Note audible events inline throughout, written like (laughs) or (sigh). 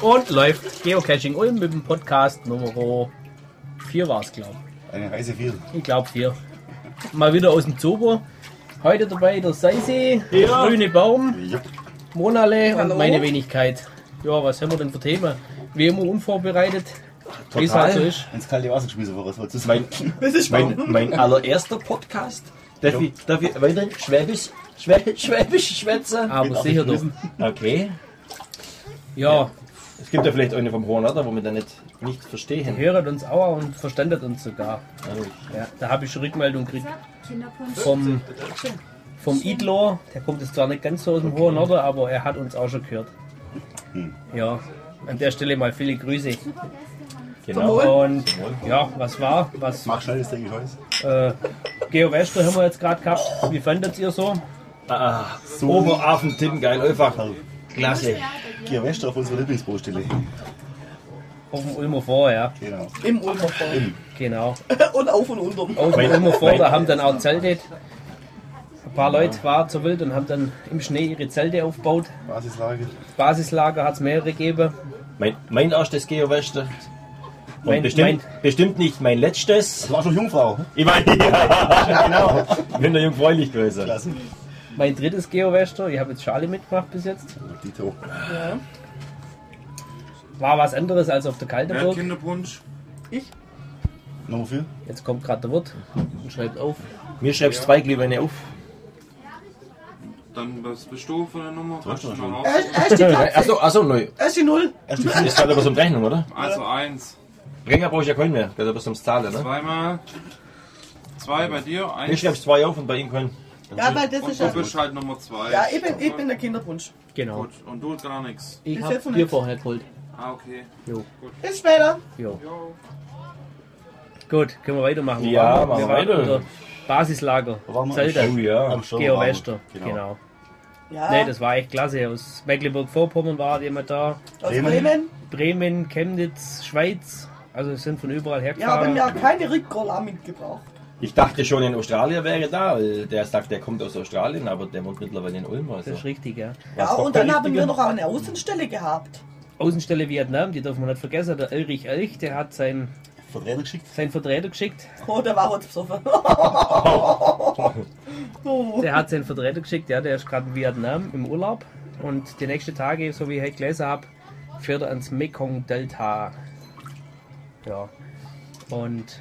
Und läuft Geocaching Ulm mit dem Podcast Nummer 4 war es, glaube Eine Reise 4. ich. Ich glaube 4. Mal wieder aus dem Zuber. Heute dabei der Seisi, der Ja. grüne Baum, Ja. Monale Hallo. und meine Wenigkeit. Ja, was haben wir denn für Themen? Wie immer unvorbereitet, wie es halt so ist. Ins kalte Wasser geschmissen worden. Das ist mein, Das ist Mein, mein allererster Podcast. Darf Ja. ich, darf ich weiter Schwäbisch, Schwäbisch, Schwäbisch schwätzen? Aber Geht auch sicher nicht doch. Okay. Ja, Es gibt ja vielleicht eine vom Hohen Adler, wo wir dann nicht, nicht verstehen. höret uns auch und verständet uns sogar. Also, Ja, da habe ich schon Rückmeldung gekriegt Kinderpunsch. vom, vom Idlor. Der kommt jetzt zwar nicht ganz so aus dem hohen Norden, aber er hat uns auch schon gehört. Hm. Ja, an der Stelle mal viele Grüße. Genau. Und ja, was war? Was Mach schnell das Ding, ich weiß. äh, Geo Wester haben wir jetzt gerade gehabt. Wie fandet ihr so? Ah, So Oberaffen, Timmgeil, Eufacher. Klasse. Gier West auf unserer Lieblingsbrotstelle. Auf dem Ulmer Vor, ja. Genau. Im Ulmer voll. Genau. (laughs) Und auf und unterm. Aus dem Mein- Ulmer Vor, mein- da haben dann auch zeltet. Ein paar Leute waren zu wild und haben dann im Schnee ihre Zelte aufgebaut. Basislage. Basislager hat es mehrere gegeben. Mein, mein erstes Geo-Wester. Und Mein- bestimmt, bestimmt nicht mein letztes. Das war schon Jungfrau. Ich meine, (laughs) ja, genau. Bin der jungfräulich gewesen. Klasse. Mein drittes Geo-Wester, ich habe jetzt Schale mitgemacht bis jetzt. Dito. Ja. War was anderes als auf der Wer hat Also- Kalteburg. Kinderpunsch? Nummer 4. Jetzt kommt gerade der Wirt und schreibt auf. Mir schreibst zwei Glühweine auf. Dann was bist du für eine Nummer? hast du Kannst du schon. mal Er raus? ist- er ist die- Achso, achso, neu. er ist die Null. Ist gerade aber zum Rechnen, oder? Also eins. Ringer brauche ich ja keinen mehr. Gerade aber zum Zahlen, ne? Zweimal. Zwei bei dir, Mir eins. schreibst zwei auf und bei ihm keinen. Ja, weil das Und ist du ja. bist halt Nummer zwei. Ja, ich bin, ich bin der Kinderpunsch. Genau. Gut, und du gar nichts. Ich Bis habe jetzt noch Bier nicht. vorher geholt. Ah, okay. Jo. Bis später. jo. Jo. Gut, können wir weitermachen. Wo Ja, waren wir? machen wir wir waren weiter. unter Basislager. Wo waren wir? Zelte. Oh ja. Am Schirm Geo waren wir. Wester. Genau. Ja. Nee, das war echt klasse. Aus Mecklenburg-Vorpommern war jemand da. aus Bremen. Bremen. Bremen, Chemnitz, Schweiz. Also es sind von überall Ja, aber hergefahren. mir hat keine Rickroller mitgebracht. Ich dachte schon, ein Australier wäre da, weil der sagt, der kommt aus Australien, aber der wohnt mittlerweile in Ulm. Also. das ist richtig, ja. Ja, braucht und der dann haben Richtige? wir noch eine Außenstelle gehabt. Außenstelle Vietnam, die dürfen wir nicht vergessen. Der Ulrich Elch, der hat seinen, Vertreter geschickt. seinen Vertreter geschickt. Oh, der war heute besoffen. (laughs) oh. Der hat seinen Vertreter geschickt, ja, der ist gerade in Vietnam im Urlaub. Und die nächsten Tage, so wie ich heute gelesen habe, fährt er ans Mekong-Delta. Ja. Und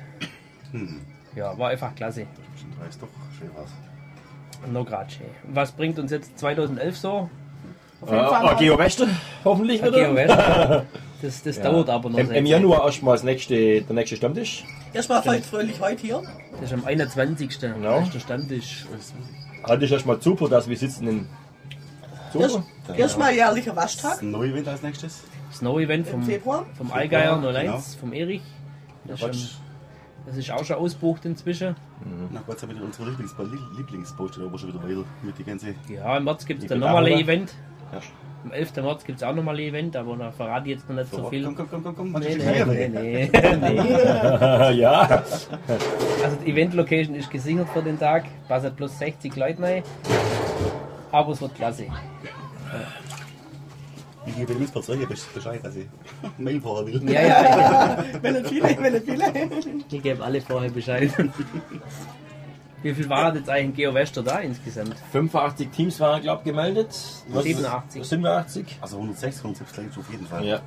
Hm. ja, war einfach klasse. Bestimmt reißt doch. Schön war's. No grace. Was bringt uns jetzt 2011 so? Auf jeden Fall Ah, mal- ah, Geo Wester, hoffentlich Okay, wieder. (laughs) das das Ja. dauert aber noch. Im, im sechs Januar erstmal das nächste, der nächste Stammtisch. Erstmal feucht fröhlich heute hier. Wochen. Das ist am 21. Genau. Das ist der Stammtisch. Hatte ich erstmal super, dass wir sitzen in. Erst, Super. Oh. erstmal jährlicher Waschtag Neu Event als nächstes. Das No-Event im vom, Februar. vom Allgeier 01, genau. vom Erich. Das ist, Quatsch. schon, das ist auch schon ausbucht inzwischen. Na Gott sei Dank mit unserer Lieblings Lieblingsbaustelle aber schon wieder weiter. Mit die ganze. Ja, im März gibt es Ich dann bin nochmal ein auch, Event. Ja. Am 11. März gibt es auch nochmal ein Event, aber da verrate ich jetzt noch nicht so, viel. Komm, komm, komm, komm, komm. Nee, Nee, nee, nee, nee, (laughs) nee. Äh, ja. Also die Event-Location ist gesichert für den Tag. Passen plus 60 Leute rein. Aber es wird klasse. Ich gebe ihm jetzt per Zeuge Bescheid, dass ich (laughs) Mail vorher will. Ja, ja, Welle viele, welle viele. ich gebe alle vorher Bescheid. (laughs) Wie viel waren jetzt eigentlich in Geo Wester da insgesamt? 85 Teams waren, glaube ich, gemeldet. Was- 87. 87. Also 106, 106 gleich auf jeden Fall. Ja.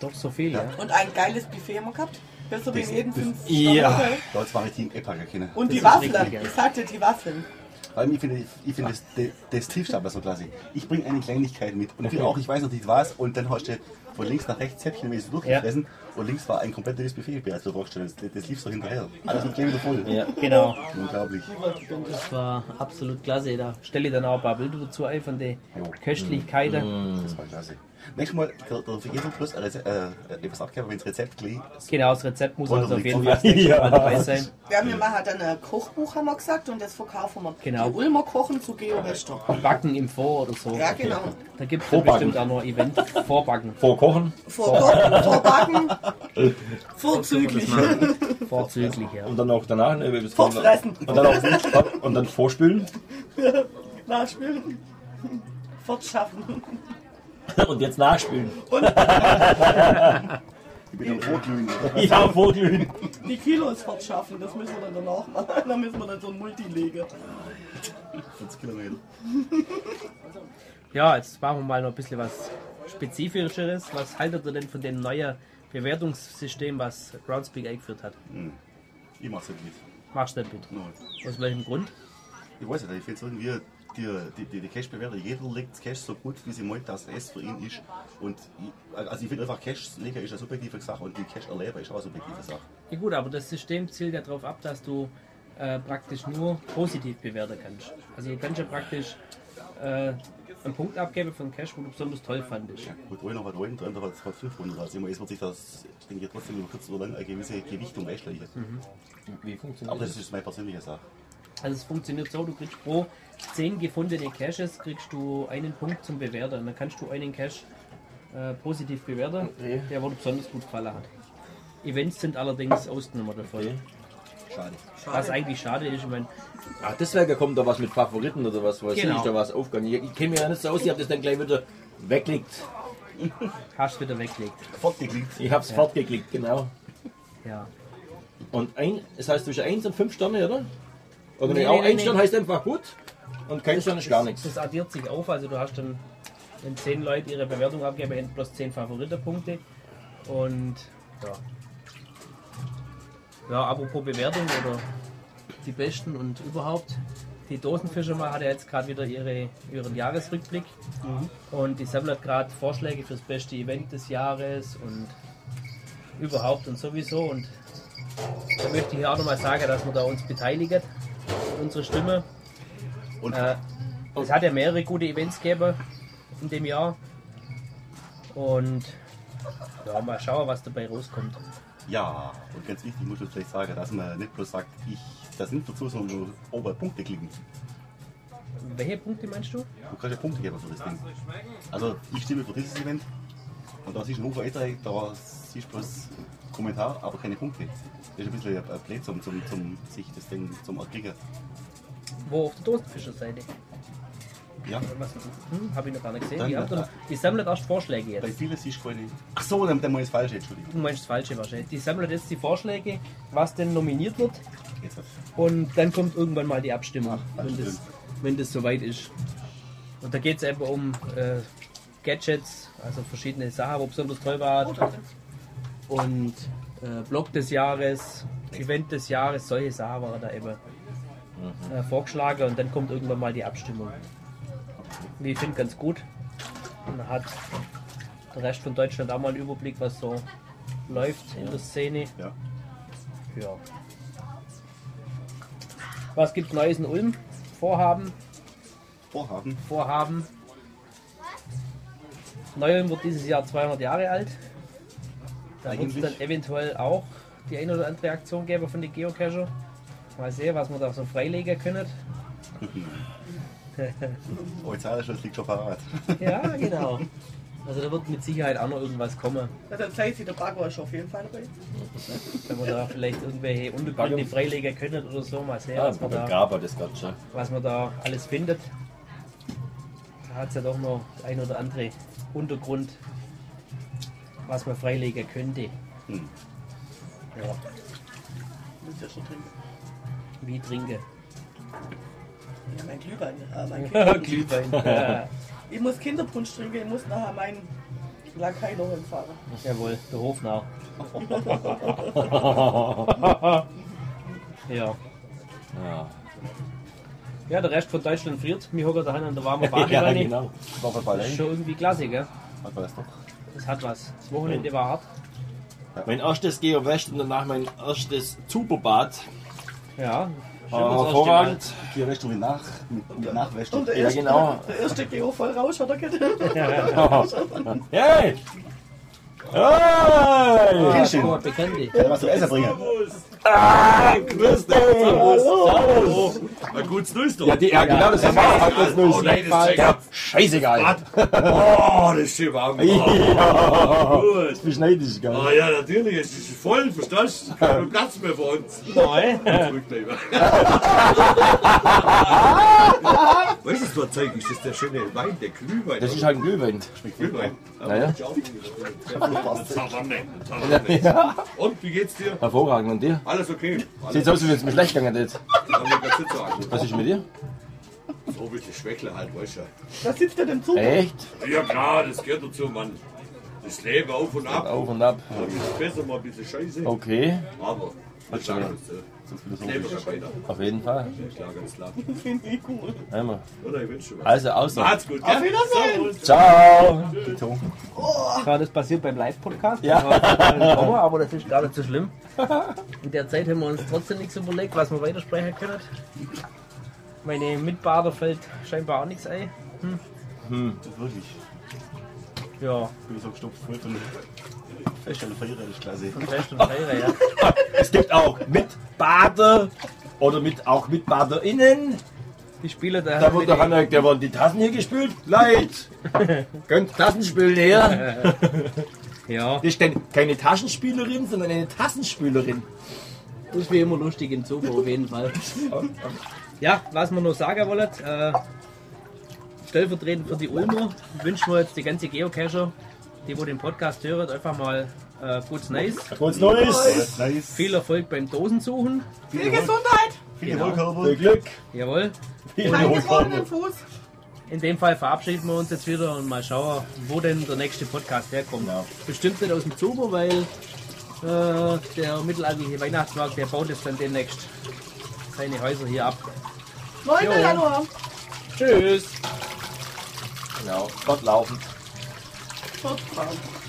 Doch so viel, ja. Und ein geiles Buffet haben wir gehabt. Besser wie in Das- jedem das- fünf Ja. Sterne Hotel. Leute, war ich Team Epacker kenne. Und die ist richtig, Waffeln. ja. Ich sagte die Waffeln. Vor allem, ich finde, ich finde das, de- das Tiefstapler so klasse. Ich bringe eine Kleinigkeit mit und du auch, ich weiß noch nicht was, und dann hast du von links nach rechts häppchenmäßig durchgefressen und links war ein komplett neues Buffet bei der Rockstelle. Das, das lief so hinterher. Alles mit gleich wieder voll. Ja. Genau. Unglaublich. Das war absolut klasse. Da stelle ich dann auch ein paar Bilder dazu ein von den Jo. Köstlichkeiten. Das war klasse. Nächstes Mal der, der Vergeber plus ein Rezept, äh, etwas abgeben, wenn das Rezept gleich Genau, das Rezept muss also auf jeden Fall das Ja. nächste Mal dabei (laughs) sein. Ja, wir machen dann ein Kochbuch, haben wir gesagt, und das verkaufen wir. Genau. Die Ulmer kochen zu Geo Wester. Backen im Vor oder so. Ja, genau. Da gibt es Vorbacken. bestimmt auch noch ein Event. Vorbacken. Vorkochen. Vor Kochen, vorbacken, vorzüglich. (laughs) Vorzüglich, ja. Und dann auch danach. äh, das- Vorfressen. Und dann, auch, und dann vorspülen. Nachspülen. Fortschaffen. (laughs) Und jetzt nachspülen. Ich bin am Rotglühen. Ja, vorglühen. Die Kilos fortschaffen, das müssen wir dann danach machen. (laughs) Dann müssen wir dann so ein Multilege. 40 Kilometer. Ja, jetzt machen wir mal noch ein bisschen was Spezifischeres. Was haltet ihr denn von dem neuen Bewertungssystem, was Groundspeak eingeführt hat? Ich mach's halt nicht mit. Machst du nicht mit? Nein. Aus welchem Grund? Ich weiß nicht, ich finde irgendwie, die, die, die, die Cash-Bewertung, jeder legt das Cash so gut, wie sie meint, dass es für ihn ist. Und ich, also ich finde einfach, Cash legen ist eine subjektive Sache und die Cash erleben ist auch eine subjektive Sache. Ja gut, aber das System zielt ja darauf ab, dass du äh, praktisch nur positiv bewerten kannst. Also du kannst ja praktisch äh, einen Punkt abgeben von Cash, wo du besonders toll fandest. Gut, einer hat einen, der andere hat hat fünf Runden. Also immer ist wird sich das, denke ich, trotzdem über kurz oder lang eine gewisse Gewichtung einschleichen. Wie Aber funktioniert das das? ist meine persönliche Sache. Also es funktioniert so, du kriegst pro 10 gefundene Caches, kriegst du einen Punkt zum Bewerten. Und Dann kannst du einen Cache äh, positiv bewerten, Okay. der wurde besonders gut gefallen hat. Events sind allerdings ausgenommen davon. Okay. Schade. Was eigentlich schade ist, ich meine, Ach, deswegen kommt da was mit Favoriten oder was, weiß Genau. ich, da was aufgegangen. Ich, ich kenne mir ja nicht so aus, ich habe das dann gleich wieder weglegt. hast du wieder weglegt. Fortgeklickt. Ich habe es fortgeklickt, genau. Ja. Und ein, es heißt zwischen 1 und 5 Sterne, oder? Oder Nee, nee, auch nee, 1 nee. Stern heißt einfach gut und kein Stern ist gar nichts. Das addiert sich auf, also du hast dann, wenn 10 Leute ihre Bewertung abgeben, hätten plus 10 Favoritenpunkte. Und ja. Ja, apropos Bewertung oder die besten und überhaupt. Die Dosenfischer mal hat ja jetzt gerade wieder ihre, ihren Jahresrückblick. Mhm. Und die Sammler hat gerade Vorschläge fürs beste Event des Jahres und überhaupt und sowieso. Und da möchte ich hier auch nochmal sagen, dass wir da uns beteiligen, unsere Stimme. Und Äh, es hat ja mehrere gute Events gegeben in dem Jahr. Und ja, mal schauen, was dabei rauskommt. ja, und ganz wichtig muss ich vielleicht sagen, dass man nicht bloß sagt, ich, das sind dazu, sondern nur ober Punkte klicken. Welche Punkte meinst du? Du kannst ja Punkte geben für das Ding. Also ich stimme für dieses Event und da siehst du einen Haufen Eintrag, da siehst du bloß Kommentar, aber keine Punkte. Das ist ein bisschen ein Play zum, zum, zum sich das Ding zum Erklicken. Wo auf der Dosenfischerseite? Ja. Was? Hm, hab ich noch gar nicht gesehen. Dann- Die, haben doch- die sammeln erst Vorschläge Bei jetzt. vielen siehst du keine. Ach so, dann, dann mal ist falsch, Entschuldigung. Du meinst das Falsche wahrscheinlich. Die sammeln jetzt die Vorschläge, was denn nominiert wird. Jetzt was. Und dann kommt irgendwann mal die Abstimmung, Ach, wenn, das, stimmt. wenn das soweit ist. Und da geht es eben um äh, Gadgets, also verschiedene Sachen, wo besonders toll war. Und äh, Blog des Jahres, Event des Jahres, solche Sachen waren da eben Mhm. äh, vorgeschlagen. Und dann kommt irgendwann mal die Abstimmung. Und ich finde ganz gut. Und dann hat der Rest von Deutschland auch mal einen Überblick, was so läuft in der Szene. Ja. Ja. Was gibt's Neues in Ulm? Vorhaben, Vorhaben. Vorhaben. Neu-Ulm wird dieses Jahr 200 Jahre alt. Da wird es Eigentlich- dann eventuell auch die eine oder andere Aktion geben von den Geocacher. Mal sehen, was wir da so freilegen können. Euzalisch, das Hm. liegt schon parat. (laughs) Ja, genau. Also da wird mit Sicherheit auch noch irgendwas kommen, Ja, dann zeigt sich der Bagger ist auf jeden Fall dabei. wenn wir da vielleicht irgendwelche unbekannte freilegen können oder so. Mal sehen, Ja, was wir mit da... dem Ah, Graber (laughs) das Ganze. was man da alles findet. Da hat es ja doch noch das ein oder andere Untergrund, was man freilegen könnte. Hm. Ja, Müsst ihr schon trinken. wie trinke. Ja, mein Glühwein. Äh, mein (laughs) Glühwein. Glühwein. Ja, ich muss Kinderpunsch trinken, ich muss nachher meinen Lakai noch hinfahren. jawohl, der Hofnarr. ja. Ja, ja, der Rest von Deutschland friert. Wir hocken daheim an der warmen (laughs) ja Badewanne. genau. War bei Das ist Ballon. schon irgendwie klasse, gell? Was war das doch? Das hat was. Das Wochenende war hart. Mein erstes Geo West und danach mein erstes Superbad. Ja, Äh, das erste Hervorragend. Hier wäschst du mit nach, mit, mit Nachwäschst du. Und der Ja, erste, genau. der erste Geo voll raus, oder? Hey! Hey! Sehr schön. Mal. Bekannte. Ja, was zu Äh, essen bringen. Grüß dich! Hallo! Na gut, snooze doch. Oh. Ja, die, ja, genau, das ist auch hat das nur Oh, nein, das Schneckfall. checkt. Ja, scheißegal. Oh, das ist schön warm. Ja, Gut. wie schnell dich, Ah gell? ja, natürlich, es ist voll, verstehst du? Kein Platz mehr für uns. Zurückbleiben. weißt du, was du erzeugt? Ist das der schöne Wein, der Glühwein? Das ist halt ein Glühwein. Glühwein. Naja, Savanne. Savanne. Und, wie geht's dir? hervorragend. Und dir? Alles okay? Alles Sieht so aus, als wenn es mir schlecht gegangen ist. kann man ganz nicht sagen. Was ist mit dir? So ein bisschen Schwächler halt, weißt du. (laughs) Da sitzt er im Zug. Echt? Ja klar, das gehört dazu, Mann. Das Leben auf und ab. Auf und ab. Mal ein bisschen besser, mal ein bisschen scheiße. Okay, Aber, wir sagen uns so. Das Leben geht weiter. auf jeden Fall. Ja, klar, ganz klar. Finde ich cool. Einmal. Oder ich wünsche dir was. Also, außer. Macht's gut, gell? Auf Wiedersehen. Servus. Ciao! Gerade das passiert beim Live-Podcast. Ja. Aber, halt aber das ist gar nicht so schlimm. (laughs) In der Zeit haben wir uns trotzdem nichts überlegt, was wir weitersprechen können. Meine Mitbader fällt scheinbar auch nichts ein. Wirklich, Ja, ich bin so gestopft voll von Feststellen von ihrer Klasse. von Fest und Feier, ja. Es gibt auch Mitbader oder mit, auch MitbaderInnen. Die Spieler da. Da wurde der Hanna, der wurden die Tassen hier gespült. Leid! (laughs) Könnt Tassen spülen her. Ja, Das ist denn keine Taschenspülerin, sondern eine Tassenspülerin. das ist wie immer lustig im Zoo, auf jeden Fall. (laughs) Ja, was wir noch sagen wollen, äh, stellvertretend für die Ulmer wünschen wir jetzt die ganze Geocacher, die wo den Podcast hören, einfach mal äh, gutes Neues. Kurz Neues! Nice. Viel Erfolg beim Dosensuchen. Viel Gesundheit. Viele Genau. Wohlkörper. Viel Glück! Jawohl. Viel Kein Glück. gebrochenen Fuß. In dem Fall verabschieden wir uns jetzt wieder und mal schauen, wo denn der nächste Podcast herkommt. Ja. Bestimmt nicht aus dem Zuber, weil äh, der mittelalterliche Weihnachtsmarkt, der baut jetzt dann demnächst seine Häuser hier ab. 9. Jo. Januar. Tschüss! Genau, fortlaufend. Fortfahren.